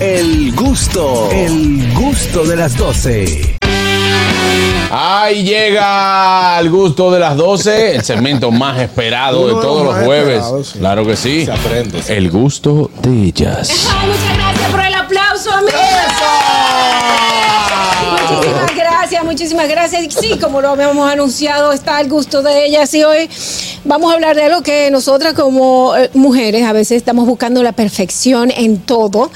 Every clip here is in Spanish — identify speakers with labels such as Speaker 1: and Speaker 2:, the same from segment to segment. Speaker 1: El gusto, el gusto de las 12.
Speaker 2: Ahí llega al gusto de las 12, el segmento más esperado
Speaker 3: Uno
Speaker 2: de
Speaker 3: de los
Speaker 2: todos los
Speaker 3: más
Speaker 2: jueves.
Speaker 3: esperados, sí.
Speaker 2: Claro que sí.
Speaker 3: Se aprende, sí.
Speaker 2: El gusto de ellas.
Speaker 4: Ay, muchas gracias por el aplauso, amigo. Muchísimas gracias, muchísimas gracias. Y Sí, como lo habíamos anunciado, está al gusto de ellas y hoy vamos a hablar de algo que nosotras como eh, mujeres a veces estamos buscando la perfección en todo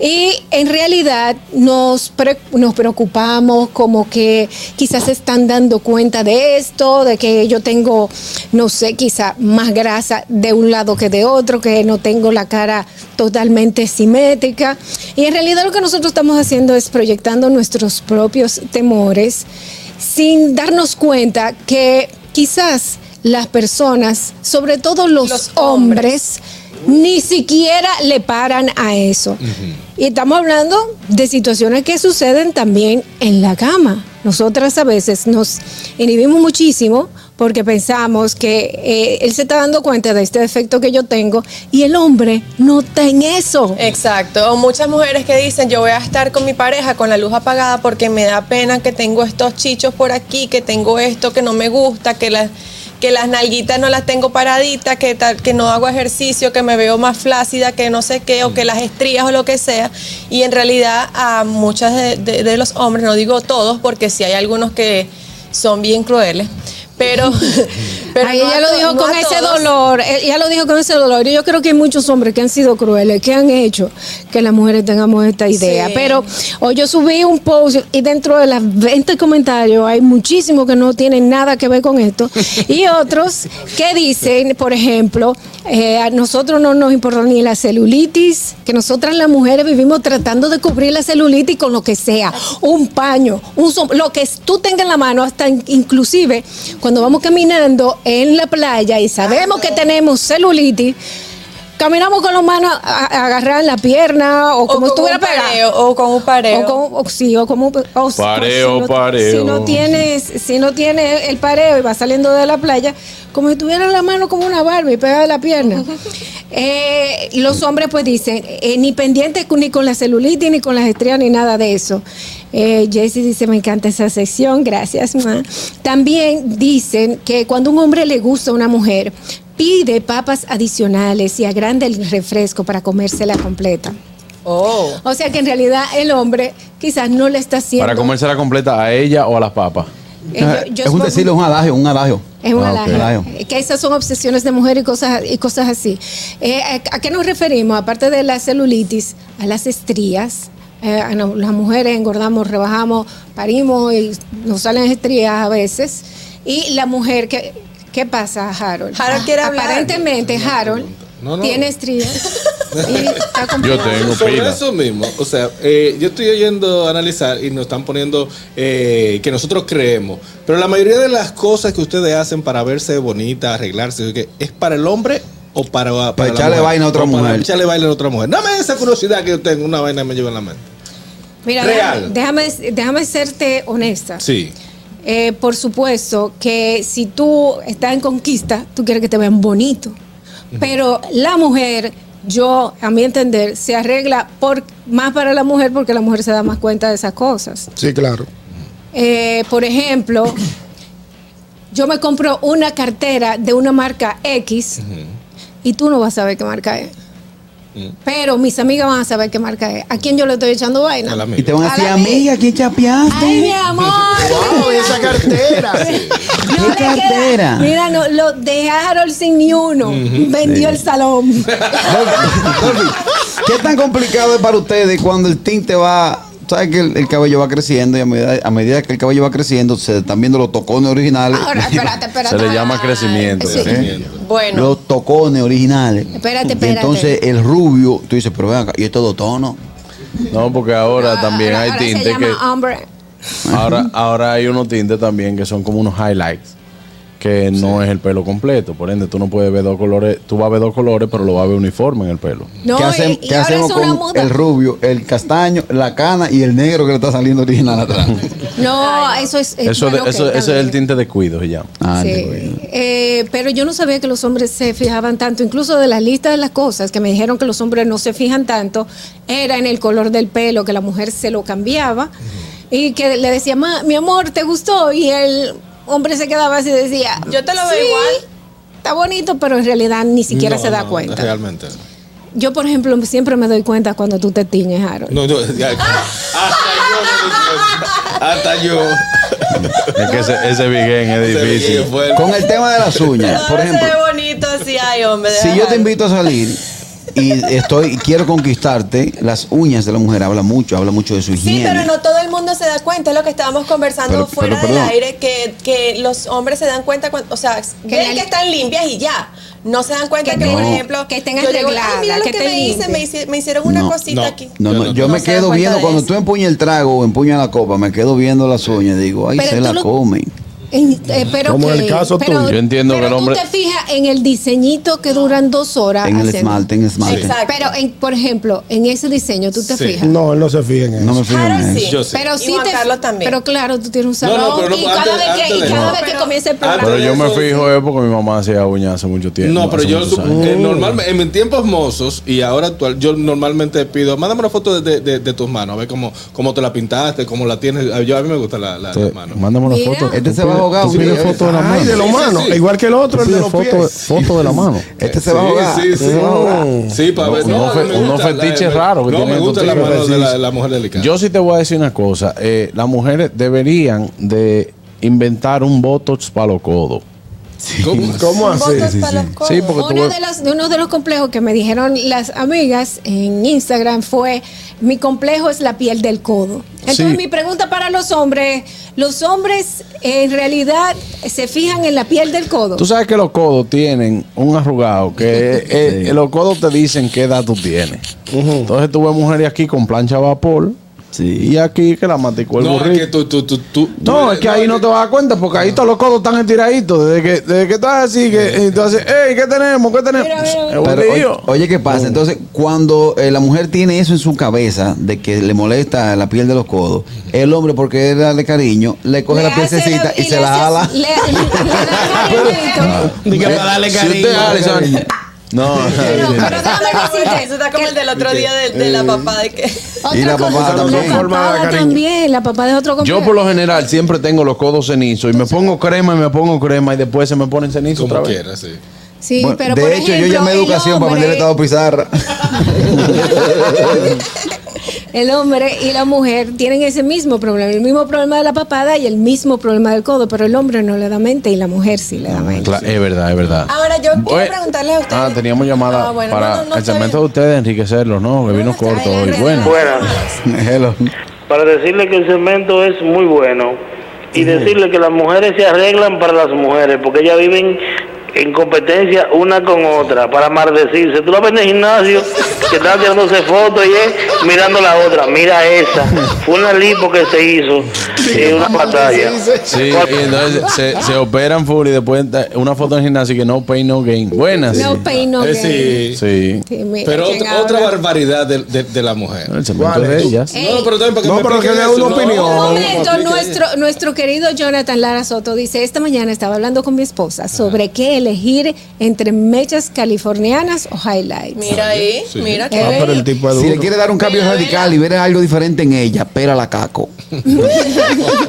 Speaker 4: y en realidad nos, pre- nos preocupamos como que quizás se están dando cuenta de esto, de que yo tengo, no sé, quizá más grasa de un lado que de otro, que no tengo la cara totalmente simétrica. Y en realidad lo que nosotros estamos haciendo es proyectando nuestros propios temores sin darnos cuenta que quizás las personas, sobre todo los, hombres, ni siquiera le paran a eso. Y estamos hablando de situaciones que suceden también en la cama. Nosotras a veces nos inhibimos muchísimo porque pensamos que eh, él se está dando cuenta de este defecto que yo tengo y el hombre no está en eso.
Speaker 5: Exacto. O muchas mujeres que dicen, yo voy a estar con mi pareja con la luz apagada porque me da pena que tengo estos chichos por aquí, que tengo esto que no me gusta, que las que las nalguitas no las tengo paraditas, que tal, que no hago ejercicio, que me veo más flácida, que no sé qué, o que las estrías o lo que sea. Y en realidad a muchas de, de- de los hombres, no digo todos, porque sí hay algunos que son bien crueles, pero, pero
Speaker 4: Ahí
Speaker 5: no a
Speaker 4: ella lo
Speaker 5: to-
Speaker 4: dijo
Speaker 5: no a
Speaker 4: con ese
Speaker 5: todos.
Speaker 4: dolor, eh, ella lo dijo con ese dolor. Y yo creo que hay muchos hombres que han sido crueles, que han hecho que las mujeres tengamos esta idea.
Speaker 5: Sí.
Speaker 4: Pero hoy yo subí un post y dentro de las 20 comentarios hay muchísimos que no tienen nada que ver con esto. y otros que dicen, por ejemplo, eh, a nosotros no nos importa ni la celulitis, que nosotras las mujeres vivimos tratando de cubrir la celulitis con lo que sea, un paño, un som- lo que tú tengas en la mano, hasta in- inclusive cuando vamos caminando en la playa y sabemos que tenemos celulitis, caminamos con las manos a- a- agarradas en la pierna o,
Speaker 5: O
Speaker 4: como
Speaker 5: con
Speaker 4: estuviera
Speaker 5: un pareo,
Speaker 4: pegada.
Speaker 5: O con un pareo.
Speaker 4: O como, o sí, o como, o si-
Speaker 2: Pareo,
Speaker 4: si no,
Speaker 2: pareo.
Speaker 4: Si no tienes, si no tienes el pareo y vas saliendo de la playa, como si tuviera la mano como una Barbie pegada a la pierna. Eh, los hombres pues dicen, eh, ni pendiente cu- ni con la celulitis, ni con las estrías, ni nada de eso. Eh, Jessy dice, me encanta esa sección, gracias, ma. También dicen que cuando un hombre le gusta a una mujer, pide papas adicionales y agranda el refresco para comérsela completa.
Speaker 5: Oh.
Speaker 4: O sea que en realidad el hombre quizás no le está haciendo.
Speaker 2: Para comérsela completa a ella o a las papas.
Speaker 4: Eh, yo- yo
Speaker 3: es un
Speaker 4: supongo-
Speaker 3: decirlo, un adagio, un adagio.
Speaker 4: Es un
Speaker 2: Ah, ok.
Speaker 4: halago.
Speaker 3: Halago.
Speaker 4: Eh, Que esas son obsesiones de mujer y cosas, y cosas así. Eh, ¿a, a qué nos referimos? Aparte de la celulitis, a las estrías. Eh, a no- las mujeres engordamos, rebajamos, parimos y nos salen estrías a veces. Y la mujer que... ¿Qué pasa, Harold?
Speaker 5: Harold quiere hablar.
Speaker 4: Aparentemente, Harold
Speaker 6: No, no.
Speaker 4: tiene estrías. y está complicado.
Speaker 2: Yo tengo.
Speaker 6: Sobre
Speaker 2: pila.
Speaker 6: eso mismo, o sea, eh, yo estoy oyendo analizar y nos están poniendo eh, que nosotros creemos, pero la mayoría de las cosas que ustedes hacen para verse bonita, arreglarse, que ¿es para el hombre o para, para, la
Speaker 3: echarle
Speaker 6: mujer?
Speaker 3: vaina a otra
Speaker 6: O para
Speaker 3: mujer.
Speaker 6: echarle vaina a otra mujer. Dame esa curiosidad que yo tengo, una vaina me lleva en la mente.
Speaker 4: Mira,
Speaker 6: Real.
Speaker 4: déjame, déjame, déjame serte honesta.
Speaker 6: Sí.
Speaker 4: Eh, por supuesto que si tú estás en conquista, tú quieres que te vean bonito. Pero la mujer, yo, a mi entender, se arregla por, más para la mujer porque la mujer se da más cuenta de esas cosas.
Speaker 3: Sí, claro.
Speaker 4: Eh, por ejemplo, yo me compro una cartera de una marca X y tú no vas a saber qué marca es.
Speaker 6: Mm.
Speaker 4: Pero mis amigas van a saber qué marca es. ¿A quién yo le estoy echando vaina?
Speaker 6: A la amiga.
Speaker 3: Y te van a
Speaker 4: A
Speaker 3: decir,
Speaker 4: la
Speaker 3: amiga, ¿qué chapeaste?
Speaker 4: ¡Ay, mi amor!
Speaker 3: Wow, esa cartera.
Speaker 4: No
Speaker 3: ¿Qué
Speaker 4: le queda-
Speaker 3: cartera?
Speaker 4: Mira, no, lo dejaron sin ni uno. Vendió el salón.
Speaker 3: Dolphy, Dolphy, ¿Qué tan complicado es para ustedes cuando el tinte va, sabes que el, el cabello va creciendo y a medida, a medida que el cabello va creciendo se están viendo los tocones originales,
Speaker 4: Ahora, espérate, espérate.
Speaker 2: Se le llama
Speaker 4: Ay,
Speaker 2: crecimiento.
Speaker 4: sí.
Speaker 2: ¿eh?
Speaker 5: Bueno.
Speaker 3: los tocones originales.
Speaker 4: Espérate,
Speaker 3: Y
Speaker 4: espérate.
Speaker 3: entonces el rubio, tú dices, pero ven acá, y estos dos tonos.
Speaker 2: No, porque ahora también
Speaker 4: Ah,
Speaker 2: hay
Speaker 4: Ahora- ahora se
Speaker 2: tintes
Speaker 4: llama ah.
Speaker 2: que.
Speaker 4: hombre.
Speaker 2: Ahora, ahora hay unos tintes también que son como unos highlights. Que no es el pelo completo. Por ende, tú no puedes ver dos colores. Tú vas a ver dos colores, pero lo vas a ver uniforme en el pelo.
Speaker 4: No,
Speaker 3: ¿Qué,
Speaker 4: y-
Speaker 3: hacen-
Speaker 4: y
Speaker 3: qué
Speaker 4: ahora
Speaker 3: hacemos
Speaker 4: es una
Speaker 3: con
Speaker 4: moda.
Speaker 3: el rubio, el castaño, la cana y el negro que le está saliendo original atrás?
Speaker 4: No, eso es. eh,
Speaker 2: Eso, de-
Speaker 4: bueno, ok,
Speaker 2: eso,
Speaker 4: está
Speaker 2: eso es el
Speaker 4: bien.
Speaker 2: tinte de cuido, se llama.
Speaker 3: Ah,
Speaker 4: Sí.
Speaker 3: te cuido.
Speaker 4: Eh, pero yo no sabía que los hombres se fijaban tanto, incluso de las listas de las cosas que me dijeron que los hombres no se fijan tanto, era en el color del pelo, que la mujer se lo cambiaba y que le decía, "Ma, mi amor, ¿te gustó? Y el hombre se quedaba así y decía,
Speaker 5: Yo te lo veo
Speaker 4: "Sí,
Speaker 5: igual".
Speaker 4: Está bonito, pero en realidad ni siquiera
Speaker 6: No,
Speaker 4: se da
Speaker 6: no,
Speaker 4: cuenta.
Speaker 6: Realmente. no.
Speaker 4: Yo, por ejemplo, siempre me doy cuenta cuando tú te tiñes, Harold.
Speaker 6: No, no, ya- hasta yo me di
Speaker 2: Es que ese, ese biguén es
Speaker 6: cuenta. Hasta yo.
Speaker 2: difícil.
Speaker 3: Con el tema de las uñas, por
Speaker 5: Ahora se
Speaker 3: ejemplo.
Speaker 5: ve bonito así, ay, hombre.
Speaker 3: Si yo
Speaker 5: déjalo.
Speaker 3: te invito a salir y estoy y quiero conquistarte, las uñas de la mujer habla mucho, habla mucho de su
Speaker 5: Sí,
Speaker 3: higiene.
Speaker 5: pero no todo el mundo se da cuenta, es lo que estábamos conversando
Speaker 3: Pero-
Speaker 5: fuera
Speaker 3: pero,
Speaker 5: del
Speaker 3: perdón.
Speaker 5: aire, que, que los hombres se dan cuenta, cuando, o sea, ven
Speaker 4: la-
Speaker 5: que están limpias y ya. No se dan cuenta
Speaker 4: Que
Speaker 5: que,
Speaker 4: te-
Speaker 5: por
Speaker 3: no.
Speaker 5: ejemplo,
Speaker 4: que estén
Speaker 5: yo digo,
Speaker 4: arregladas,
Speaker 5: ay, mira lo
Speaker 4: que
Speaker 5: que,
Speaker 4: estén
Speaker 5: me hice, me, hice- me hicieron una
Speaker 3: No,
Speaker 5: cosita
Speaker 6: no.
Speaker 5: aquí.
Speaker 3: No, no, yo
Speaker 5: No
Speaker 3: me
Speaker 5: se
Speaker 3: quedo
Speaker 5: dan cuenta
Speaker 3: viendo,
Speaker 5: de
Speaker 3: cuando
Speaker 5: eso.
Speaker 3: tú empuñas el trago o empuñas la copa, me quedo viendo las uñas, digo, ay,
Speaker 4: Pero
Speaker 3: se
Speaker 4: tú
Speaker 3: la
Speaker 4: lo-
Speaker 3: comen.
Speaker 4: En- eh, pero
Speaker 7: Como en
Speaker 4: que-
Speaker 7: el caso
Speaker 4: pero-
Speaker 7: tuyo.
Speaker 2: Yo entiendo
Speaker 4: pero
Speaker 2: que el hombre-
Speaker 4: tú te fijas en el diseñito que duran dos horas.
Speaker 3: En el
Speaker 4: haciendo.
Speaker 3: esmalte, en el esmalte.
Speaker 5: Exacto.
Speaker 4: Pero, en, por ejemplo, en ese diseño tú te
Speaker 6: Sí.
Speaker 4: fijas.
Speaker 7: No, él no se fija en eso.
Speaker 3: No me fijo en
Speaker 5: Harold sí.
Speaker 3: eso.
Speaker 6: Yo sí.
Speaker 4: Pero sí
Speaker 5: Y Juan
Speaker 4: te,
Speaker 5: Carlos también.
Speaker 4: Pero claro, tú tienes un
Speaker 6: No, no,
Speaker 4: salón
Speaker 6: pero no,
Speaker 4: y
Speaker 6: antes-
Speaker 4: cada vez que, y
Speaker 6: antes de-
Speaker 4: cada
Speaker 6: no.
Speaker 4: vez que
Speaker 5: Pero-
Speaker 4: comienza el programa.
Speaker 2: Pero yo me
Speaker 6: Eso sí.
Speaker 2: fijo es porque mi mamá hacía uñas hace mucho tiempo.
Speaker 6: No, pero
Speaker 2: hace
Speaker 6: yo
Speaker 2: muchos años.
Speaker 6: eh, normal, en mis tiempos mozos y ahora actual, yo normalmente pido, mándame una foto de, de- de- de tus manos, a ver cómo, cómo te la pintaste, cómo la tienes. A- Yo, a mí me gusta la, la,
Speaker 2: Te-
Speaker 6: la mano.
Speaker 2: Mándame una
Speaker 4: Mira.
Speaker 2: foto.
Speaker 3: Este
Speaker 2: Tú
Speaker 3: se va a
Speaker 2: pides-
Speaker 3: ahogar
Speaker 2: Tú
Speaker 3: un
Speaker 2: pides
Speaker 3: día.
Speaker 2: foto de la
Speaker 7: Ay,
Speaker 2: mano.
Speaker 7: de
Speaker 6: Sí,
Speaker 7: los
Speaker 6: sí,
Speaker 7: manos.
Speaker 6: sí.
Speaker 7: Igual que el
Speaker 2: Tú
Speaker 7: otro, el de
Speaker 2: pides
Speaker 7: los
Speaker 2: foto,
Speaker 7: pies.
Speaker 2: foto de la mano.
Speaker 3: Este se va a ahogar.
Speaker 6: Sí, sí, sí.
Speaker 7: Mm.
Speaker 6: Sí, para
Speaker 2: No,
Speaker 6: ver.
Speaker 2: unos fe-
Speaker 6: me
Speaker 2: unos
Speaker 6: gusta la-
Speaker 2: fetiches
Speaker 6: me-
Speaker 2: raros que
Speaker 6: No, me
Speaker 2: tienen
Speaker 6: gusta la
Speaker 2: estos
Speaker 6: mano de
Speaker 2: tipos.
Speaker 6: la, la mujer delicada.
Speaker 2: Yo sí te voy a decir una cosa. eh, las mujeres deberían de inventar un botox para los codos.
Speaker 6: ¿Cómo?
Speaker 7: ¿Cómo así?
Speaker 5: Botox para los codos.
Speaker 2: Sí, porque tú
Speaker 4: Una
Speaker 2: ves-
Speaker 4: de las- de uno de los complejos que me dijeron las amigas en Instagram fue, mi complejo es la piel del codo. Entonces
Speaker 2: Sí.
Speaker 4: mi pregunta para los hombres, ¿los hombres en realidad se fijan en la piel del codo?
Speaker 2: Tú sabes que los codos tienen un arrugado que eh, eh, los codos te dicen qué edad tú tienes. Entonces tú ves mujeres aquí con plancha a vapor
Speaker 3: Sí.
Speaker 2: y aquí que la maticó el
Speaker 6: No, es que
Speaker 2: burrito.
Speaker 6: tú, tú, tú, tú-
Speaker 2: No, es que ahí no
Speaker 6: es
Speaker 2: te vas a dar cuenta porque ahí todos los codos están estiraditos. Desde que, desde que estás así, que, y tú haces, hey, ¿qué tenemos? ¿Qué tenemos?
Speaker 4: Mira, mira, mira.
Speaker 2: Es un
Speaker 3: Pero, oye,
Speaker 2: lío.
Speaker 3: oye, ¿qué pasa? Entonces, cuando eh, la mujer tiene eso en su cabeza, de que le molesta la piel de los codos, el hombre, porque es darle cariño, le coge
Speaker 4: Le
Speaker 3: la
Speaker 4: hace
Speaker 3: piececita
Speaker 4: la-
Speaker 3: y, se
Speaker 4: le
Speaker 3: la
Speaker 4: hace-
Speaker 3: jala.
Speaker 4: le- le da cariñito.
Speaker 7: Diga, para darle
Speaker 2: Eh, Si
Speaker 7: cariño,
Speaker 2: usted jala y se va-
Speaker 7: cariño.
Speaker 2: No,
Speaker 4: Pero, pero déjame decirte,
Speaker 5: Eso está como el del otro día de, de la papá de que.
Speaker 4: Otra
Speaker 3: Y la
Speaker 4: cosa,
Speaker 3: papada también.
Speaker 4: La
Speaker 7: Forma de
Speaker 4: papada
Speaker 7: cariño.
Speaker 4: también, la papada es otro complejo.
Speaker 2: Yo por lo general siempre tengo los codos cenizos y me pongo crema y me pongo crema y después se me ponen cenizos otra
Speaker 6: como
Speaker 2: vez.
Speaker 6: quieras, sí.
Speaker 4: Sí,
Speaker 3: Bueno,
Speaker 4: pero
Speaker 3: de
Speaker 4: por
Speaker 3: hecho,
Speaker 4: ejemplo,
Speaker 3: yo llamé a
Speaker 4: el
Speaker 3: educación para
Speaker 4: hombre-
Speaker 3: vender el estado pizarra.
Speaker 4: El hombre y la mujer tienen ese mismo problema, el mismo problema de la papada y el mismo problema del codo, pero el hombre no le da mente y la mujer sí le da
Speaker 3: Ah.
Speaker 4: mente.
Speaker 2: Ah, Cla- Es verdad, es verdad.
Speaker 5: Ahora, yo quiero
Speaker 2: Oye,
Speaker 5: preguntarles a ustedes-
Speaker 2: Ah, teníamos llamada
Speaker 5: Ah, bueno,
Speaker 2: para
Speaker 5: no, no, no,
Speaker 2: el
Speaker 5: está
Speaker 2: segmento de
Speaker 5: bien.
Speaker 2: ustedes enriquecerlos, ¿no? Que vino
Speaker 5: está
Speaker 2: corto
Speaker 5: bien,
Speaker 2: hoy.
Speaker 5: gracias.
Speaker 2: Bueno,
Speaker 8: Buenas.
Speaker 3: Hello.
Speaker 8: Para decirle que el cemento es muy bueno y decirle que las mujeres se arreglan para las mujeres, porque ellas viven en competencia una con otra, para maldecirse. Tú la ves en el gimnasio, que están tirándose fotos y es mirando la otra. Mira esa. Fue una lipo que se hizo. Sí, una batalla.
Speaker 2: sí, y entonces se, se operan full y después ta- una foto en gimnasio que no pay, no gain. Buenas.
Speaker 4: No pain, no
Speaker 6: Eh,
Speaker 4: gain.
Speaker 6: sí.
Speaker 2: Sí.
Speaker 4: Sí, mira
Speaker 6: Pero
Speaker 4: quién
Speaker 6: otra, otra
Speaker 4: habla.
Speaker 6: barbaridad de, de- de la mujer.
Speaker 2: El segmento
Speaker 7: ¿Cuál
Speaker 2: de
Speaker 7: es?
Speaker 2: ellas.
Speaker 4: Ey.
Speaker 6: No, pero también para que
Speaker 7: No,
Speaker 6: me
Speaker 7: pero
Speaker 6: expliquen
Speaker 7: que dé una
Speaker 6: eso, ¿no?
Speaker 7: opinión.
Speaker 4: Un
Speaker 7: No,
Speaker 4: momento,
Speaker 6: Expliquen
Speaker 4: nuestro, nuestro querido Jonathan Lara Soto dice, esta mañana estaba hablando con mi esposa sobre qué elegir entre mechas californianas o highlights.
Speaker 5: Mira ahí,
Speaker 6: Sí.
Speaker 5: mira que.
Speaker 7: Ah, pero el tipo es
Speaker 3: Si
Speaker 7: duro.
Speaker 3: le quiere dar un cambio
Speaker 5: Mira,
Speaker 3: radical y ver algo diferente en ella, pera la caco.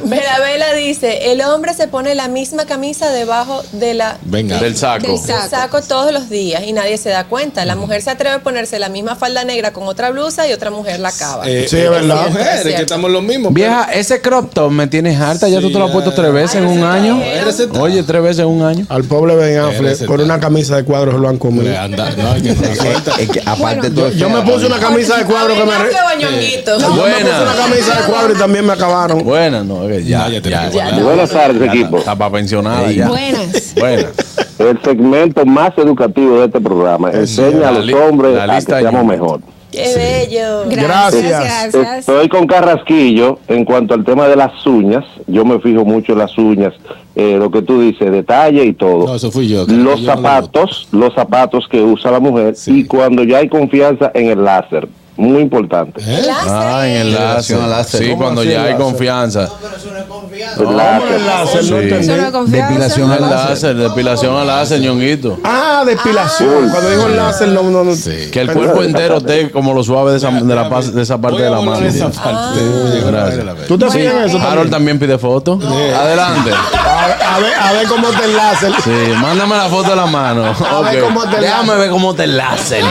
Speaker 5: Vera Vela dice: el hombre se pone la misma camisa debajo de la
Speaker 6: Venga.
Speaker 2: Del saco.
Speaker 4: Eh, Del saco.
Speaker 5: Yo saco todos los días y nadie se da cuenta. La mujer se atreve a ponerse la misma falda negra con otra blusa y otra mujer la acaba.
Speaker 6: Eh,
Speaker 7: Sí,
Speaker 6: eh,
Speaker 7: es verdad.
Speaker 6: las
Speaker 5: Es
Speaker 6: Mujeres,
Speaker 5: cierto.
Speaker 6: que estamos los mismos.
Speaker 2: Vieja, ese crop top me tienes harta. Ya tú te lo has puesto tres veces en un
Speaker 5: Ay, ese
Speaker 2: año.
Speaker 5: traje.
Speaker 6: Ese traje.
Speaker 2: Oye, tres veces en un año.
Speaker 7: Al pobre Ben Affleck,
Speaker 6: Eres
Speaker 7: por una camisa de cuadros lo han comido.
Speaker 6: Le anda- no, hay que darse cuenta.
Speaker 3: Es que aparte
Speaker 4: Bueno,
Speaker 3: todo es
Speaker 7: Yo me
Speaker 3: fea,
Speaker 7: puse una camisa de cuadros que me...
Speaker 5: Ay,
Speaker 7: re-
Speaker 5: no, qué bañonguito.
Speaker 7: Yo me
Speaker 2: Buena.
Speaker 7: puse una camisa de cuadros y también me acabaron.
Speaker 2: Buenas, no, que ya.
Speaker 6: No, ya
Speaker 2: ya,
Speaker 6: tenemos que
Speaker 2: ya,
Speaker 6: guardar.
Speaker 8: Buenas tardes,
Speaker 2: Ya,
Speaker 8: equipo.
Speaker 2: Está para pensionada ya.
Speaker 4: Buenas.
Speaker 2: Buenas.
Speaker 8: El segmento más educativo de este programa enseña
Speaker 2: la
Speaker 8: a los
Speaker 2: li-
Speaker 8: hombres
Speaker 2: la
Speaker 8: a que
Speaker 2: lista
Speaker 8: seamos
Speaker 2: ayuda.
Speaker 8: mejor.
Speaker 5: Qué bello.
Speaker 4: Gracias.
Speaker 7: Gracias.
Speaker 4: gracias.
Speaker 8: Estoy con Carrasquillo en cuanto al tema de las uñas. Yo me fijo mucho en las uñas, eh, lo que tú dices, detalle y todo.
Speaker 6: No, eso fui yo. que
Speaker 8: los
Speaker 6: yo no lo
Speaker 8: zapatos, los zapatos que usa la mujer
Speaker 6: Sí.
Speaker 8: y cuando ya hay confianza en el láser. muy importante.
Speaker 6: ¿Eh?
Speaker 5: Enlace.
Speaker 2: Ah, en enlace.
Speaker 3: Relación enlace.
Speaker 2: Sí,
Speaker 3: ¿Cómo
Speaker 2: cuando
Speaker 7: así
Speaker 2: ya hay
Speaker 7: enlace?
Speaker 2: confianza.
Speaker 7: ¿Cómo
Speaker 8: Enlace.
Speaker 7: enlace? No
Speaker 2: Sí.
Speaker 7: entendí.
Speaker 4: Eso no es confianza.
Speaker 3: Depilación
Speaker 2: Un
Speaker 3: al
Speaker 2: Enlace, depilación al láser, ñonguito.
Speaker 7: Ah, depilación. Cuando dijo enlace, no, no, no.
Speaker 2: Que el cuerpo entero esté como lo suave de esa, de la, pas- de esa parte
Speaker 6: Voy a
Speaker 2: de la
Speaker 6: volar
Speaker 2: mano.
Speaker 6: esa parte. Llegó la hora de la vez.
Speaker 7: ¿Tú te
Speaker 2: Sí,
Speaker 7: fijas en eso?
Speaker 2: Harold
Speaker 7: también?
Speaker 2: también pide foto. Adelante.
Speaker 7: A, a ver, a ver cómo te enlace.
Speaker 2: Sí, mándame la foto de la mano.
Speaker 7: A ver
Speaker 2: Ok.
Speaker 7: cómo te
Speaker 2: Déjame
Speaker 7: enlacen.
Speaker 2: ver cómo te enlacen.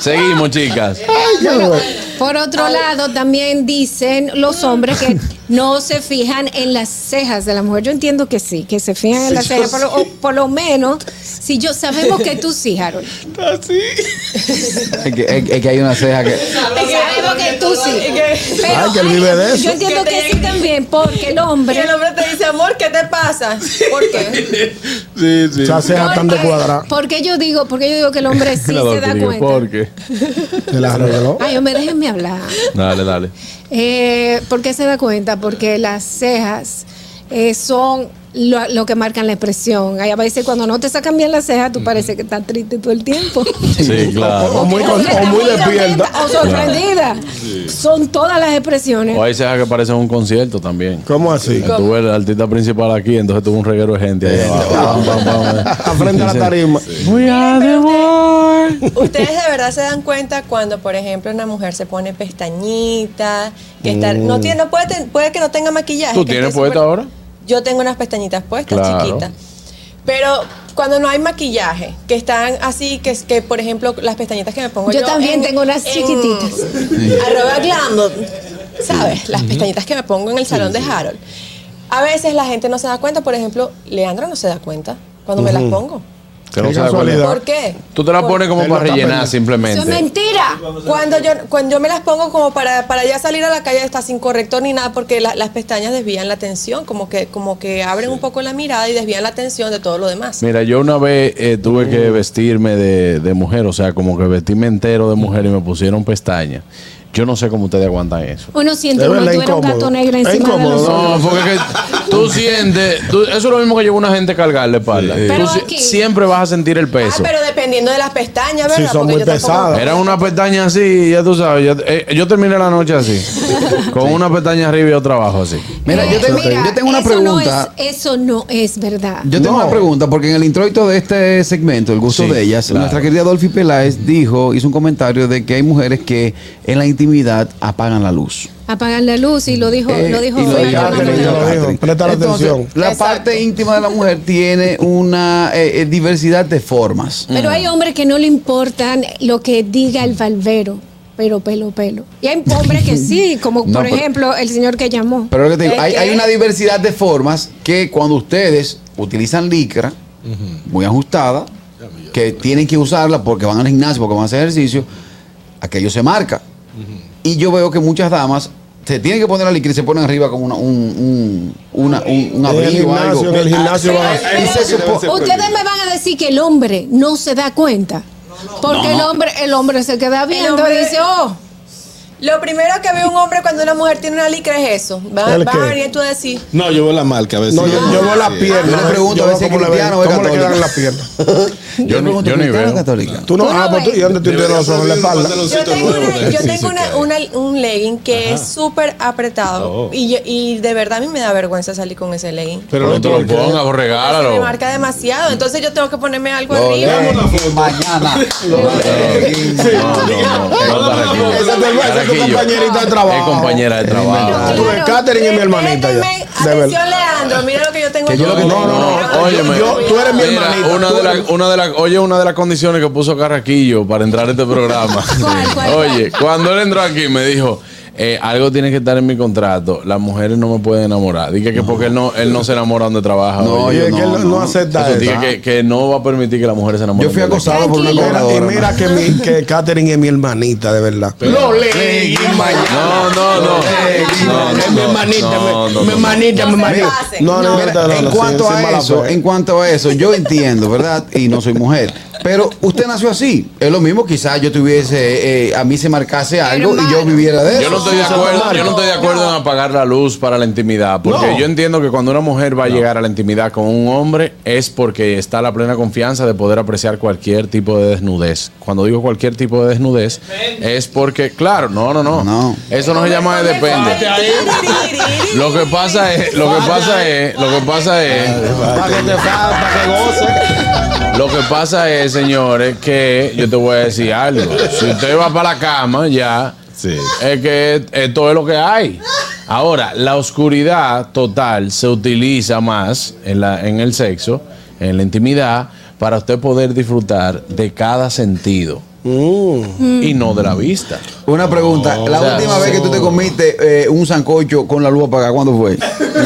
Speaker 2: Seguimos, chicas.
Speaker 7: Ay, qué bueno.
Speaker 4: Por otro lado, también dicen los hombres que no se fijan en las cejas de la mujer. Yo entiendo que sí, que se fijan en las cejas, por lo, o por lo menos, si yo sabemos que tú sí, Harold.
Speaker 3: Es que, es- es que hay una ceja que.
Speaker 4: Sabemos que tú sí. Pero
Speaker 7: Ay, que él vive de eso.
Speaker 4: yo entiendo
Speaker 5: Que
Speaker 4: que
Speaker 5: te-
Speaker 4: sí también, porque el
Speaker 5: Y
Speaker 4: hombre
Speaker 5: el hombre te dice, amor, ¿qué te pasa? ¿Por qué?
Speaker 6: Sí, sí.
Speaker 7: Esa ceja tan de cuadrada.
Speaker 4: Porque, porque yo digo, porque yo digo que el hombre sí se da cuenta.
Speaker 2: Porque.
Speaker 7: Te la arregló.
Speaker 4: Ay, hombre, déjenme hablar.
Speaker 2: Dale, dale.
Speaker 4: Eh, ¿Por qué se da cuenta? Porque las cejas eh, son lo, lo que marcan la expresión. Hay a veces cuando no te sacan bien las cejas, tú parece que estás triste todo el tiempo.
Speaker 2: Sí, claro.
Speaker 7: O muy,
Speaker 4: O
Speaker 7: con-
Speaker 4: que
Speaker 7: o
Speaker 4: estás
Speaker 7: muy despierta.
Speaker 4: contenta O sorprendida. Son todas las expresiones.
Speaker 2: O hay cejas que parecen un concierto también.
Speaker 7: ¿Cómo así?
Speaker 2: Tuve el artista principal aquí, entonces tuvo un reguero de gente ahí abajo. Pam, pam, pam.
Speaker 7: Al frente a la tarima.
Speaker 5: Ustedes de verdad se dan cuenta cuando, por ejemplo, una mujer se pone pestañitas, que está- no tiene, no puede, ten- puede que no tenga maquillaje.
Speaker 2: Mm. ¿Tú
Speaker 5: que
Speaker 2: tienes
Speaker 5: esté
Speaker 2: puesta
Speaker 5: súper-
Speaker 2: ahora?
Speaker 5: Yo tengo unas pestañitas puestas,
Speaker 2: Claro.
Speaker 5: chiquitas. Pero cuando no hay maquillaje, que están así, que, que por ejemplo las pestañitas que me pongo
Speaker 4: Yo
Speaker 5: yo.
Speaker 4: también tengo unas chiquititas.
Speaker 5: Arroba Glambo, ¿sabes? Las pestañitas que me pongo en el salón de Harold. A veces la gente no se da cuenta, por ejemplo, Leandro no se da cuenta cuando me las pongo.
Speaker 2: Que
Speaker 7: Qué
Speaker 2: no sabe cuál es.
Speaker 7: casualidad.
Speaker 5: ¿Por qué?
Speaker 2: Tú te la
Speaker 5: Por-
Speaker 2: pones como
Speaker 7: Él
Speaker 2: para
Speaker 7: no está
Speaker 2: rellenar
Speaker 4: Eso
Speaker 7: pendiente.
Speaker 4: es
Speaker 2: simplemente.
Speaker 4: mentira.
Speaker 5: Cuando yo, cuando yo me las pongo como para, para ya salir a la calle está sin corrector ni nada, porque la- las pestañas desvían la atención, como que, como que abren un poco la mirada y desvían la atención de todo lo demás.
Speaker 2: Mira, yo una vez eh, tuve que vestirme de, de mujer, o sea, como que vestirme entero de mujer y me pusieron pestañas. Yo no sé cómo ustedes aguantan eso.
Speaker 4: Uno siente
Speaker 7: Es
Speaker 4: como
Speaker 7: verdad,
Speaker 4: tuviera un
Speaker 7: incómodo.
Speaker 4: gato negro
Speaker 7: Es
Speaker 4: encima de
Speaker 7: incómodo,
Speaker 4: nosotros.
Speaker 2: No, porque es que tú sientes, tú- eso es lo mismo que lleva una gente a cargarle espalda. Tú
Speaker 4: Pero
Speaker 2: si-
Speaker 4: aquí-
Speaker 2: siempre vas a sentir el
Speaker 5: Ah,
Speaker 2: peso.
Speaker 5: pero dependiendo de las pestañas, ¿verdad?
Speaker 7: Sí, son
Speaker 5: Porque
Speaker 7: muy
Speaker 5: yo tampoco-
Speaker 7: pesadas.
Speaker 2: Eran una pestaña así, ya tú sabes. Yo, eh, yo terminé la noche así. Con una pestaña arriba y otra abajo así.
Speaker 3: Mira, yo tengo,
Speaker 4: Mira,
Speaker 3: yo tengo una
Speaker 4: Eh, eso
Speaker 3: pregunta.
Speaker 4: No es, eso no es verdad.
Speaker 3: Yo tengo
Speaker 7: No.
Speaker 3: una pregunta, porque en el introito de este segmento, El gusto
Speaker 2: Sí,
Speaker 3: de ellas,
Speaker 2: claro.
Speaker 3: nuestra querida Dolphy Peláez dijo, hizo un comentario de que hay mujeres que en la intimidad apagan la luz.
Speaker 4: Apagar la luz y lo dijo,
Speaker 3: Eh,
Speaker 4: lo dijo.
Speaker 3: y lo
Speaker 4: Fernando
Speaker 3: dijo
Speaker 7: Catherine,
Speaker 3: Catherine,
Speaker 4: Montenegro.
Speaker 7: ya lo dijo.
Speaker 3: Catherine.
Speaker 7: Presta la
Speaker 3: Entonces,
Speaker 7: atención.
Speaker 3: La
Speaker 5: Exacto.
Speaker 3: parte íntima de la mujer tiene una eh, eh, diversidad de formas.
Speaker 4: Pero hay hombres que no le importan lo que diga el valvero, pero pelo, pelo. Y hay hombres que sí, como
Speaker 3: No,
Speaker 4: por
Speaker 3: pero-
Speaker 4: ejemplo el señor que llamó.
Speaker 3: Pero lo que te digo,
Speaker 5: Es
Speaker 3: hay,
Speaker 5: que-
Speaker 3: hay una diversidad de formas que cuando ustedes utilizan licra muy ajustada, que tienen que usarla porque van al gimnasio, porque van a hacer ejercicio, aquello se marca. Y yo veo que muchas damas se tienen que poner la licra y se ponen arriba con una, un, un, una- un, un
Speaker 7: En el
Speaker 3: abrigo o algo.
Speaker 7: gimnasio, en el gimnasio
Speaker 6: Ah,
Speaker 7: va.
Speaker 6: sí, hay- hay
Speaker 3: Y se
Speaker 6: mujeres que
Speaker 3: supo-
Speaker 6: deben ser
Speaker 4: Ustedes me van a decir que el hombre no se da cuenta. Porque el hombre, el hombre se queda viendo
Speaker 5: hombre-
Speaker 4: y dice, oh,
Speaker 5: Lo primero que ve un hombre cuando una mujer tiene una licra es eso. Va,
Speaker 7: ¿El
Speaker 5: va
Speaker 7: qué?
Speaker 5: a venir tú a decir,
Speaker 6: No, yo veo la marca a veces.
Speaker 7: No, yo, yo veo las piernas.
Speaker 3: Yo le pregunto a
Speaker 7: veo
Speaker 3: ver si es
Speaker 7: cómo le ven-
Speaker 3: cristiano o es
Speaker 7: ¿Cómo le
Speaker 3: católico.
Speaker 7: quedan las piernas?
Speaker 2: Yo ni-
Speaker 3: pregunto,
Speaker 2: yo ni
Speaker 3: ¿cristiana o
Speaker 2: veo.
Speaker 3: católica?
Speaker 7: Tú no,
Speaker 4: Tú no
Speaker 7: ah, pues tú,
Speaker 4: ves.
Speaker 7: ¿y dónde tú tienes los ojos? En la espalda.
Speaker 5: Yo tengo, una, yo tengo una-
Speaker 6: una.
Speaker 5: una- un legging que es súper apretado
Speaker 6: Oh.
Speaker 5: y, yo- y de verdad a mí me da vergüenza salir con ese legging.
Speaker 6: Pero
Speaker 2: no
Speaker 6: no
Speaker 2: te lo pongas, o
Speaker 5: Se me
Speaker 2: regálalo.
Speaker 5: marca demasiado, entonces yo tengo que ponerme algo
Speaker 3: Lo
Speaker 5: arriba.
Speaker 3: leen mañana. Lo leen.
Speaker 2: No, no, no,
Speaker 6: Esa es tu-
Speaker 7: esa es tu
Speaker 2: Carajillo.
Speaker 7: compañerita de trabajo.
Speaker 2: Es compañera de trabajo.
Speaker 7: Tú ves, Catherine es mi hermanita ya.
Speaker 5: respétenme.
Speaker 7: De
Speaker 5: Atención,
Speaker 7: verdad.
Speaker 5: Leandro, mira lo que yo tengo.
Speaker 3: Que yo lo que
Speaker 2: No, no, no, óyeme.
Speaker 7: yo- tú eres mi
Speaker 2: Mira,
Speaker 7: hermanita,
Speaker 2: Una
Speaker 7: tú
Speaker 2: de las,
Speaker 7: eres-
Speaker 2: una de las, oye, una de las condiciones que puso Carraquillo para entrar a este programa.
Speaker 4: ¿Cuál, cuál,
Speaker 2: oye, cuando él entró aquí me dijo, eh, algo tiene que estar en mi contrato. Las mujeres no me pueden enamorar. Dije que porque él no, él no se enamora donde trabaja.
Speaker 3: No,
Speaker 2: oye.
Speaker 7: Oye, que él no,
Speaker 3: No, no.
Speaker 7: acepta
Speaker 2: Eso,
Speaker 7: eso.
Speaker 2: dije que, que no va a permitir que las mujeres se enamoren.
Speaker 3: Yo fui
Speaker 2: donde-
Speaker 3: acosado por una
Speaker 4: Tranquilo.
Speaker 7: Mira, y
Speaker 3: cobradora.
Speaker 7: mira que, mi, que Catherine es mi hermanita, de verdad.
Speaker 2: Pero-
Speaker 3: mañana.
Speaker 2: No, no, no. No, no,
Speaker 7: Es Eh, mi hermanita,
Speaker 2: no, no,
Speaker 7: mi- mi
Speaker 2: no.
Speaker 7: hermanita, mi
Speaker 5: No se
Speaker 7: hermanita.
Speaker 5: pasen.
Speaker 7: No, no,
Speaker 5: Mira,
Speaker 7: no, no, no,
Speaker 3: en
Speaker 7: no,
Speaker 3: cuanto
Speaker 7: sin- sin
Speaker 3: a
Speaker 7: mala
Speaker 3: eso,
Speaker 7: fe.
Speaker 3: en cuanto a eso, yo entiendo, ¿verdad? Y no soy mujer, Pero usted nació así. Es lo mismo, quizás yo tuviese, eh, a mí se marcase algo y yo
Speaker 5: hermano.
Speaker 3: viviera de eso.
Speaker 2: Yo no estoy de
Speaker 3: Eso es
Speaker 2: acuerdo,
Speaker 3: normal.
Speaker 2: yo no estoy de acuerdo en apagar la luz para la intimidad, porque
Speaker 7: No.
Speaker 2: yo entiendo que cuando una mujer va a llegar a la intimidad con un hombre es porque está la plena confianza de poder apreciar cualquier tipo de desnudez. Cuando digo cualquier tipo de desnudez es porque, claro, no, no, no,
Speaker 3: No.
Speaker 2: Eso no se llama de depende. Lo que pasa es, lo que pasa es, lo que pasa es
Speaker 7: Para que te fa- para que goce.
Speaker 2: Lo que pasa es, señores, que yo te voy a decir algo. Si usted va para la cama ya,
Speaker 6: Sí.
Speaker 2: es que esto es lo que hay. Ahora, la oscuridad total se utiliza más en, la, en el sexo, en la intimidad, para usted poder disfrutar de cada sentido
Speaker 7: Mm.
Speaker 2: y no de la vista.
Speaker 3: Una pregunta. la
Speaker 2: o sea,
Speaker 3: última vez que tú te comiste eh, un sancocho con la luz apagada, ¿cuándo fue?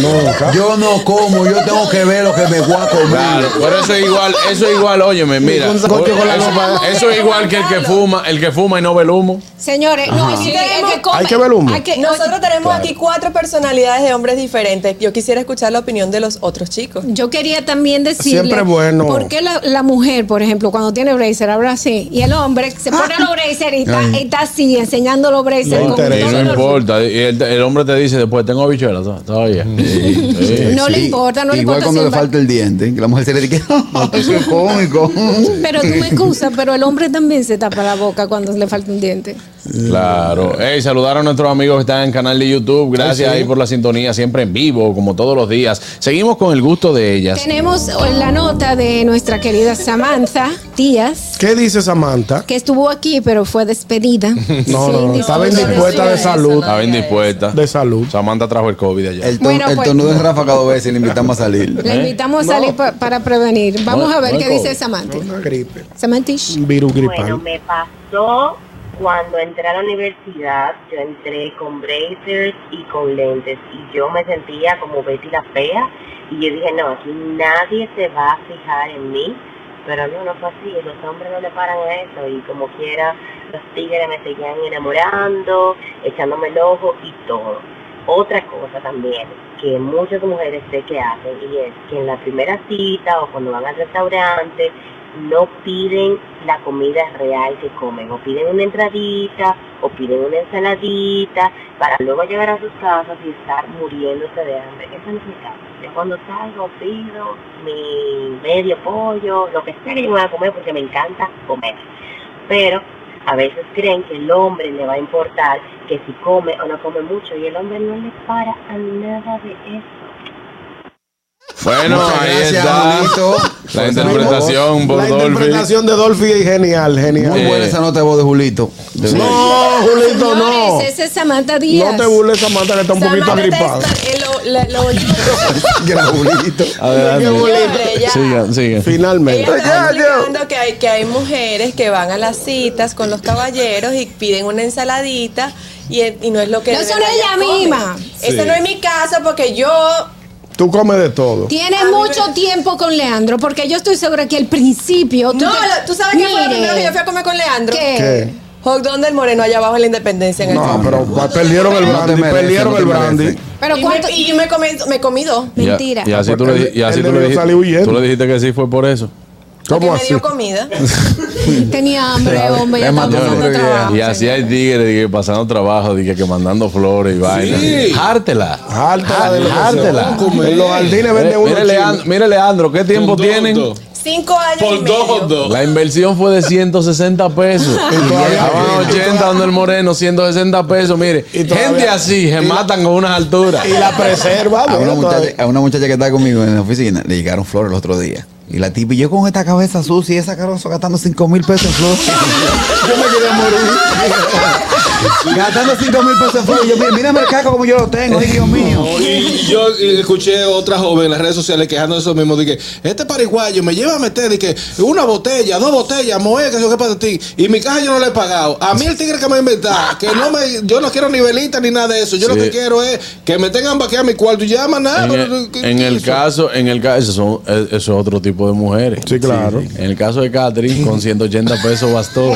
Speaker 7: Nunca.
Speaker 3: Yo no como, yo tengo que ver lo que me voy a comer.
Speaker 2: Claro, pero eso es igual, eso es igual, óyeme, mira.
Speaker 7: Un sancocho con la
Speaker 2: eso-
Speaker 7: ropa.
Speaker 2: eso es igual que el que fuma, el que fuma y no ve el humo.
Speaker 4: Señores, no, sí, el que come-
Speaker 7: Hay que ver humo.
Speaker 4: hay que-
Speaker 5: Nosotros tenemos aquí cuatro personalidades de hombres diferentes. Yo quisiera escuchar la opinión de los otros chicos.
Speaker 4: Yo quería también decir.
Speaker 7: Siempre es bueno.
Speaker 4: ¿Por qué la, la mujer, por ejemplo, cuando tiene bracer, habla así? Y el hombre se pone los bracer y está, y está así, enseñando los bracer.
Speaker 7: No
Speaker 4: con
Speaker 7: interesa.
Speaker 2: Y
Speaker 4: todo
Speaker 2: no
Speaker 4: el-
Speaker 2: importa. Y el, el hombre te dice después, tengo habichuelas to- todavía.
Speaker 7: Mm.
Speaker 2: Sí, sí.
Speaker 4: No le
Speaker 3: Eh, Sí.
Speaker 4: importa, no le
Speaker 3: Igual
Speaker 4: importa.
Speaker 3: cuando
Speaker 4: si
Speaker 3: le
Speaker 4: va-
Speaker 3: falta el diente, que la mujer se le dice, "Ah, eso es cómico.
Speaker 4: Pero tú me excusas, pero el hombre también se tapa la boca cuando le falta un diente.
Speaker 2: Claro. Ey, saludar a nuestros amigos que están en el canal de YouTube. Gracias ahí por la sintonía, siempre en vivo, como todos los días. Seguimos con el gusto de ellas.
Speaker 4: Tenemos la nota de nuestra querida Samantha Díaz,
Speaker 7: ¿Qué dice Samantha?
Speaker 4: que estuvo aquí, pero fue despedida.
Speaker 7: No, no, no. Estaba
Speaker 4: disculpas.
Speaker 7: indispuesta de salud.
Speaker 2: Está bien dispuesta.
Speaker 7: De salud.
Speaker 2: Samantha trajo el COVID allá.
Speaker 3: El, ton,
Speaker 4: Bueno,
Speaker 3: el
Speaker 4: pues-
Speaker 3: tornudo es Rafa cada vez y le invitamos a salir.
Speaker 7: ¿Eh?
Speaker 4: La invitamos a salir pa- para prevenir. Vamos
Speaker 2: No,
Speaker 4: a ver
Speaker 2: no
Speaker 4: qué
Speaker 2: hay
Speaker 4: dice
Speaker 2: COVID.
Speaker 4: Samantha.
Speaker 7: Una gripe.
Speaker 4: Samantish.
Speaker 7: Un virus gripal.
Speaker 9: Bueno, me pasó cuando entré a la universidad, yo entré con braces y con lentes y yo me sentía como Betty la fea y yo dije, no, aquí nadie se va a fijar en mí, pero no, no fue así, los hombres no le paran a eso y como quiera, los tigres me seguían enamorando, echándome el ojo y todo. Otra cosa también que muchas mujeres sé que hacen y es que en la primera cita o cuando van al restaurante no piden la comida real que comen, o piden una entradita, o piden una ensaladita, para luego llegar a sus casas y estar muriéndose de hambre. Eso no es mi caso. Yo cuando salgo pido mi medio pollo, lo que sea que yo me voy a comer, porque me encanta comer. Pero a veces creen que el hombre le va a importar que si come o no come mucho, y el hombre no le para a nada de eso.
Speaker 2: Bueno,
Speaker 3: Muchas
Speaker 2: ahí
Speaker 3: gracias,
Speaker 2: está.
Speaker 3: Manolito.
Speaker 2: La interpretación por
Speaker 7: La
Speaker 2: Dolphy.
Speaker 7: interpretación de Dolphy es genial,
Speaker 3: Muy
Speaker 7: genial.
Speaker 3: buena esa nota de voz de Julito. eh, De verdad.
Speaker 7: No, Julito, no.
Speaker 4: Señores, Ese es Samantha Díaz.
Speaker 7: No te burles, Samantha, que está un poquito
Speaker 5: Samantha
Speaker 7: gripada.
Speaker 5: está- eh, lo- la- lo último que
Speaker 3: Que era Julito.
Speaker 5: Señores, ya.
Speaker 2: Sigan, sigan.
Speaker 7: Finalmente.
Speaker 5: Ella está explicando que hay, que hay mujeres que van a las citas con los caballeros y piden una ensaladita y, y no es lo que...
Speaker 4: No,
Speaker 5: de
Speaker 4: eso
Speaker 5: verdad
Speaker 4: no es
Speaker 5: ellas
Speaker 4: la
Speaker 5: comen.
Speaker 4: misma.
Speaker 5: Ese no es mi caso porque yo...
Speaker 7: Tú comes de todo.
Speaker 4: Tienes mucho tiempo con Leandro, porque yo estoy segura que al principio.
Speaker 5: No, la- tú sabes que fue lo
Speaker 4: Mire,
Speaker 5: primero que yo fui a comer con Leandro.
Speaker 4: ¿Qué?
Speaker 7: ¿Qué?
Speaker 5: Hot Dog del Moreno allá abajo en la Independencia. En el
Speaker 7: No,
Speaker 5: centro.
Speaker 7: pero pa- perdieron el
Speaker 3: No te
Speaker 7: brandy,
Speaker 3: mereces,
Speaker 7: perdieron
Speaker 3: no te
Speaker 7: el brandy.
Speaker 3: mereces.
Speaker 4: Pero
Speaker 5: y,
Speaker 4: cuánto.
Speaker 5: me, y yo me comí, me comí dos.
Speaker 2: Ya-
Speaker 4: Mentira.
Speaker 2: Y así tú le, di- y así
Speaker 7: Él
Speaker 2: tú le
Speaker 7: debió
Speaker 2: dijiste,
Speaker 7: salir huyendo.
Speaker 2: tú le dijiste que sí fue por eso.
Speaker 7: ¿Cómo
Speaker 5: porque me
Speaker 7: así?
Speaker 5: dio comida.
Speaker 4: Tenía hambre,
Speaker 5: Pues
Speaker 4: hombre. Ya
Speaker 3: Es
Speaker 4: estaba
Speaker 3: más,
Speaker 4: pasando
Speaker 3: hombre,
Speaker 4: trabajo.
Speaker 2: Y así hay tigres de que pasando trabajo, de que, que mandando flores y vainas. Jártela.
Speaker 7: Jártela de los-
Speaker 2: Jártela.
Speaker 7: En los jardines venden uno.
Speaker 2: Mire, Leandro, mire, Leandro, ¿qué tiempo tienen?
Speaker 5: Cinco años y
Speaker 6: Por
Speaker 5: medio.
Speaker 6: dos hot dogs.
Speaker 2: La inversión fue de 160 pesos. Estaban 80 dando el moreno, 160 pesos. Mire,
Speaker 7: Y todavía-
Speaker 2: gente así se matan con unas alturas.
Speaker 7: Y la preserva,
Speaker 3: A una,
Speaker 7: bueno,
Speaker 3: muchacha,
Speaker 7: todavía.
Speaker 3: a una muchacha que Ah, está conmigo en la oficina le llegaron flores el otro día. Y la tipa, y yo con esta cabeza sucia y esa carozo gastando 5 mil pesos en flores. yo me quería morir. gastando 5 mil pesos en flores. Y Yo, mira, mírame el caco como yo lo tengo, ay, Dios mío.
Speaker 6: No, y yo eh, escuché otra joven en las redes sociales quejando de eso mismo. Dije, este paraguayo me lleva a meter dije, una botella, dos botellas, moe, que yo qué para ti. Y mi caja yo no le he pagado. A mí el tigre que me ha inventado, que no me, yo no quiero ni velita ni nada de eso. Yo lo
Speaker 2: Sí.
Speaker 6: que quiero es que me tengan vaquear mi cuarto y llama nada.
Speaker 2: En
Speaker 6: pero-
Speaker 2: el,
Speaker 6: ¿qué-
Speaker 2: en
Speaker 6: qué
Speaker 2: el
Speaker 6: eso?
Speaker 2: caso, en el caso, eso, son- eh, eso es otro tipo de mujeres.
Speaker 7: Sí, claro.
Speaker 2: En el caso de Catherine, con 180 pesos bastó.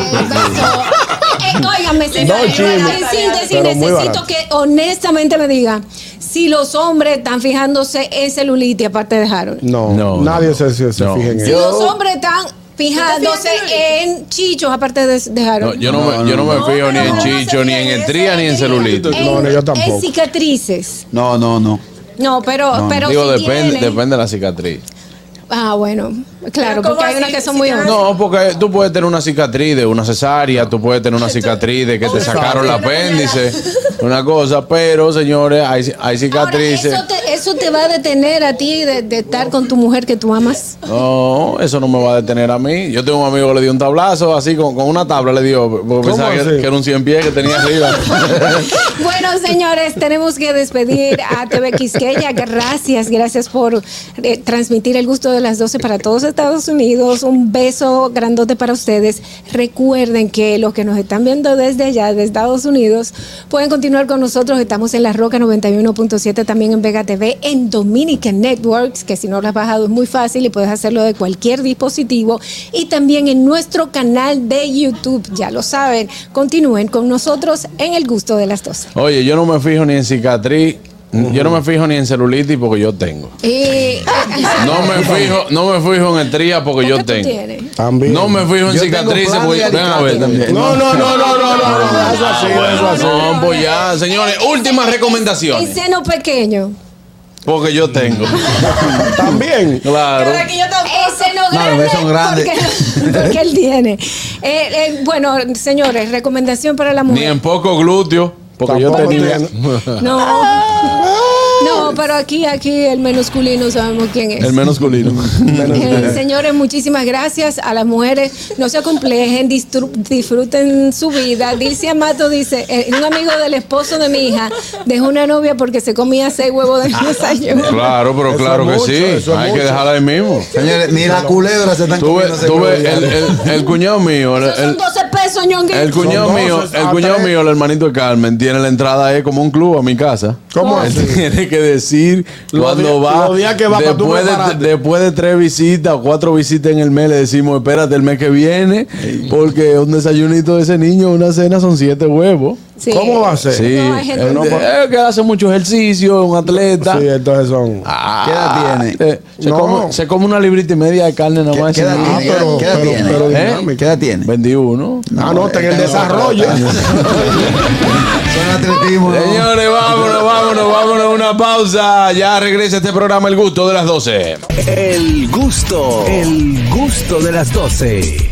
Speaker 4: Eh, Óigame, señores,
Speaker 7: chisme.
Speaker 4: en síntesis
Speaker 7: Pero muy
Speaker 4: necesito
Speaker 7: barato.
Speaker 4: que honestamente me digan si los hombres están fijándose en celulitis aparte de Harold.
Speaker 7: No,
Speaker 2: No,
Speaker 7: nadie
Speaker 2: no,
Speaker 7: se, se, se
Speaker 2: no.
Speaker 7: fija en
Speaker 4: Si
Speaker 7: eso.
Speaker 4: los hombres están fijas
Speaker 5: ¿Tú te fijas
Speaker 4: entonces en chichos, aparte de, de Harold?
Speaker 2: No, yo, no, me, yo no me fijo
Speaker 5: No, pero
Speaker 2: ni en
Speaker 5: uno se
Speaker 2: chicho, ni
Speaker 5: fija
Speaker 2: en
Speaker 5: en
Speaker 2: estría,
Speaker 5: eso,
Speaker 2: ni en
Speaker 5: en
Speaker 2: celulito.
Speaker 4: En-
Speaker 7: No, no, yo tampoco.
Speaker 4: En cicatrices.
Speaker 3: No, no, no.
Speaker 4: No, pero,
Speaker 3: No,
Speaker 4: pero
Speaker 2: Digo,
Speaker 4: si
Speaker 2: depende,
Speaker 4: tienen-
Speaker 2: depende de la cicatriz.
Speaker 4: Ah, bueno, claro,
Speaker 5: Pero ¿cómo
Speaker 4: porque hay
Speaker 5: así?
Speaker 4: unas que son
Speaker 5: Si
Speaker 4: muy
Speaker 5: te dan-
Speaker 4: hondas.
Speaker 2: No, porque tú puedes tener una cicatriz de una cesárea, tú puedes tener una cicatriz de que te
Speaker 5: Hombre,
Speaker 2: sacaron el
Speaker 5: sabe.
Speaker 2: apéndice, una cosa, pero señores, hay, hay
Speaker 4: Ahora,
Speaker 2: cicatrices.
Speaker 4: eso, te, eso te va a detener a ti de, de estar con tu mujer que tú amas.
Speaker 2: No, eso no me va a detener a mí. Yo tengo un amigo que le dio un tablazo, así con, con una tabla le dio, porque pensaba que,
Speaker 7: así?
Speaker 2: que era un 100 pies que tenía arriba.
Speaker 4: Bueno, señores, tenemos que despedir a TV Quisqueya. Gracias, gracias por eh, transmitir el gusto de las 12 para todos Estados Unidos. Un beso grandote para ustedes. Recuerden que los que nos están viendo desde allá, desde Estados Unidos, pueden continuar con nosotros. Estamos en La Roca 91.7, también en Vega TV, en Dominican Networks, que si no lo has bajado es muy fácil y puedes hacerlo de cualquier dispositivo. Y también en nuestro canal de YouTube, ya lo saben. Continúen con nosotros en El Gusto de las 12.
Speaker 2: Oye, yo no me fijo ni en cicatriz, yo no me fijo ni en celulitis porque yo tengo.
Speaker 4: Eh,
Speaker 2: No me fijo, no me fijo en estría porque yo
Speaker 4: ¿qué tú
Speaker 2: tengo.
Speaker 4: tienes?
Speaker 7: También.
Speaker 2: No me fijo en
Speaker 3: Yo tengo
Speaker 2: cicatrices
Speaker 3: plan
Speaker 2: porque
Speaker 3: de
Speaker 2: ven a ver
Speaker 3: alicate.
Speaker 2: también.
Speaker 7: No, no, no, no, no, no, no, eso así, eso así.
Speaker 2: No, pues ya, señores, últimas
Speaker 4: El
Speaker 2: recomendaciones.
Speaker 4: seno pequeño.
Speaker 2: Porque yo tengo.
Speaker 7: También.
Speaker 2: Claro.
Speaker 5: Para que yo tampoco.
Speaker 4: El seno
Speaker 3: No, los
Speaker 4: grande.
Speaker 3: besos son grandes.
Speaker 4: Porque, porque él tiene. Eh, eh, bueno, señores, recomendación para la
Speaker 2: Ni
Speaker 4: mujer.
Speaker 2: en poco glúteo. Porque yo
Speaker 7: Tampoco
Speaker 2: tenía.
Speaker 7: tiene.
Speaker 4: No. No, pero aquí, aquí el menusculino sabemos quién es.
Speaker 2: El menos culino.
Speaker 4: Eh, señores, muchísimas gracias a las mujeres. No se complejen, distru- disfruten su vida. Dilcia Amato dice: eh, Un amigo del esposo de mi hija dejó una novia porque se comía seis huevos de desayuno.
Speaker 2: Ah, Claro, pero
Speaker 7: Eso
Speaker 2: claro
Speaker 7: es
Speaker 2: que
Speaker 7: mucho,
Speaker 2: sí.
Speaker 7: eso es
Speaker 2: Hay que
Speaker 7: mucho.
Speaker 2: dejarla ahí mismo.
Speaker 3: Señores, ni la culebra se están
Speaker 2: Tuve,
Speaker 3: comiendo
Speaker 2: tuve
Speaker 3: seguro ya.
Speaker 2: el, el, el cuñado mío. El,
Speaker 4: Esos son
Speaker 2: el-
Speaker 4: 12 pesos, ñonguito.
Speaker 2: el cuñado
Speaker 7: Son
Speaker 2: mío,
Speaker 7: doce
Speaker 2: el
Speaker 7: a
Speaker 2: cuñado
Speaker 7: tres.
Speaker 2: mío, el hermanito de Carmen, tiene la entrada ahí como un club a mi casa.
Speaker 7: ¿Cómo
Speaker 2: Él
Speaker 7: así?
Speaker 2: tiene que decir
Speaker 7: Los
Speaker 2: cuando
Speaker 7: días-
Speaker 2: va.
Speaker 7: los días que va pa' tú
Speaker 2: después, de,
Speaker 7: prepararte.
Speaker 2: después de tres visitas o cuatro visitas en el mes, le decimos, espérate el mes que viene, porque un desayunito de ese niño, una cena son siete huevos.
Speaker 4: Sí.
Speaker 7: ¿Cómo va a ser?
Speaker 2: Sí,
Speaker 4: No, hay gente-
Speaker 2: él- él que hace mucho ejercicio, un atleta.
Speaker 7: Sí, entonces son.
Speaker 2: Ah,
Speaker 3: ¿Qué edad tiene?
Speaker 2: eh, se,
Speaker 7: No.
Speaker 2: come, se come una librita y media de carne nada
Speaker 3: ¿Qué,
Speaker 2: más.
Speaker 3: qué edad
Speaker 7: Ah,
Speaker 3: tiene?
Speaker 7: pero-
Speaker 3: ¿Qué edad
Speaker 7: pero-
Speaker 3: tiene?
Speaker 7: pero
Speaker 3: ¿Eh?
Speaker 7: dinámica.
Speaker 3: ¿Qué edad tiene?
Speaker 2: 21.
Speaker 7: Anota en el desarrollo.
Speaker 3: Son atletismo. ¿no?
Speaker 2: Señores, vámonos, vámonos, vámonos. Una pausa. Ya regresa este programa El Gusto de las 12.
Speaker 1: El gusto, el gusto de las 12.